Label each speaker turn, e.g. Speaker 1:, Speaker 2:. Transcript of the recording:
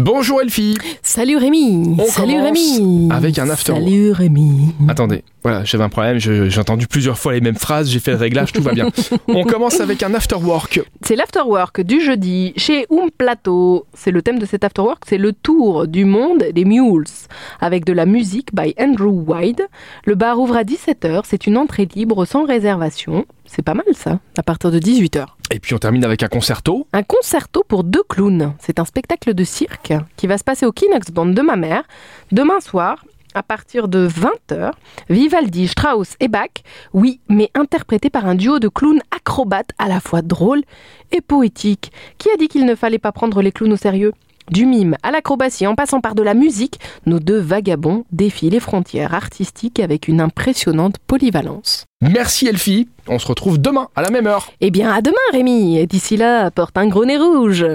Speaker 1: Bonjour Elfie
Speaker 2: Salut Rémi
Speaker 1: On
Speaker 2: Salut
Speaker 1: commence
Speaker 2: Rémi
Speaker 1: avec un after
Speaker 2: Salut Rémi
Speaker 1: Attendez, voilà, j'avais un problème, je- j'ai entendu plusieurs fois les mêmes phrases, j'ai fait le réglage, tout va bien. On commence avec un afterwork.
Speaker 3: C'est l'afterwork du jeudi chez Um Plateau. C'est le thème de cet afterwork, c'est le tour du monde des mules avec de la musique by Andrew Wide. Le bar ouvre à 17h, c'est une entrée libre sans réservation. C'est pas mal ça, à partir de 18h.
Speaker 1: Et puis on termine avec un concerto.
Speaker 3: Un concerto pour deux clowns, c'est un spectacle de cirque qui va se passer au Kinox Band de ma mère demain soir. À partir de 20h, Vivaldi, Strauss et Bach, oui, mais interprété par un duo de clowns acrobates à la fois drôles et poétiques. Qui a dit qu'il ne fallait pas prendre les clowns au sérieux Du mime à l'acrobatie, en passant par de la musique, nos deux vagabonds défient les frontières artistiques avec une impressionnante polyvalence.
Speaker 1: Merci Elfie, on se retrouve demain à la même heure.
Speaker 3: Eh bien, à demain, Rémi Et D'ici là, porte un gros nez rouge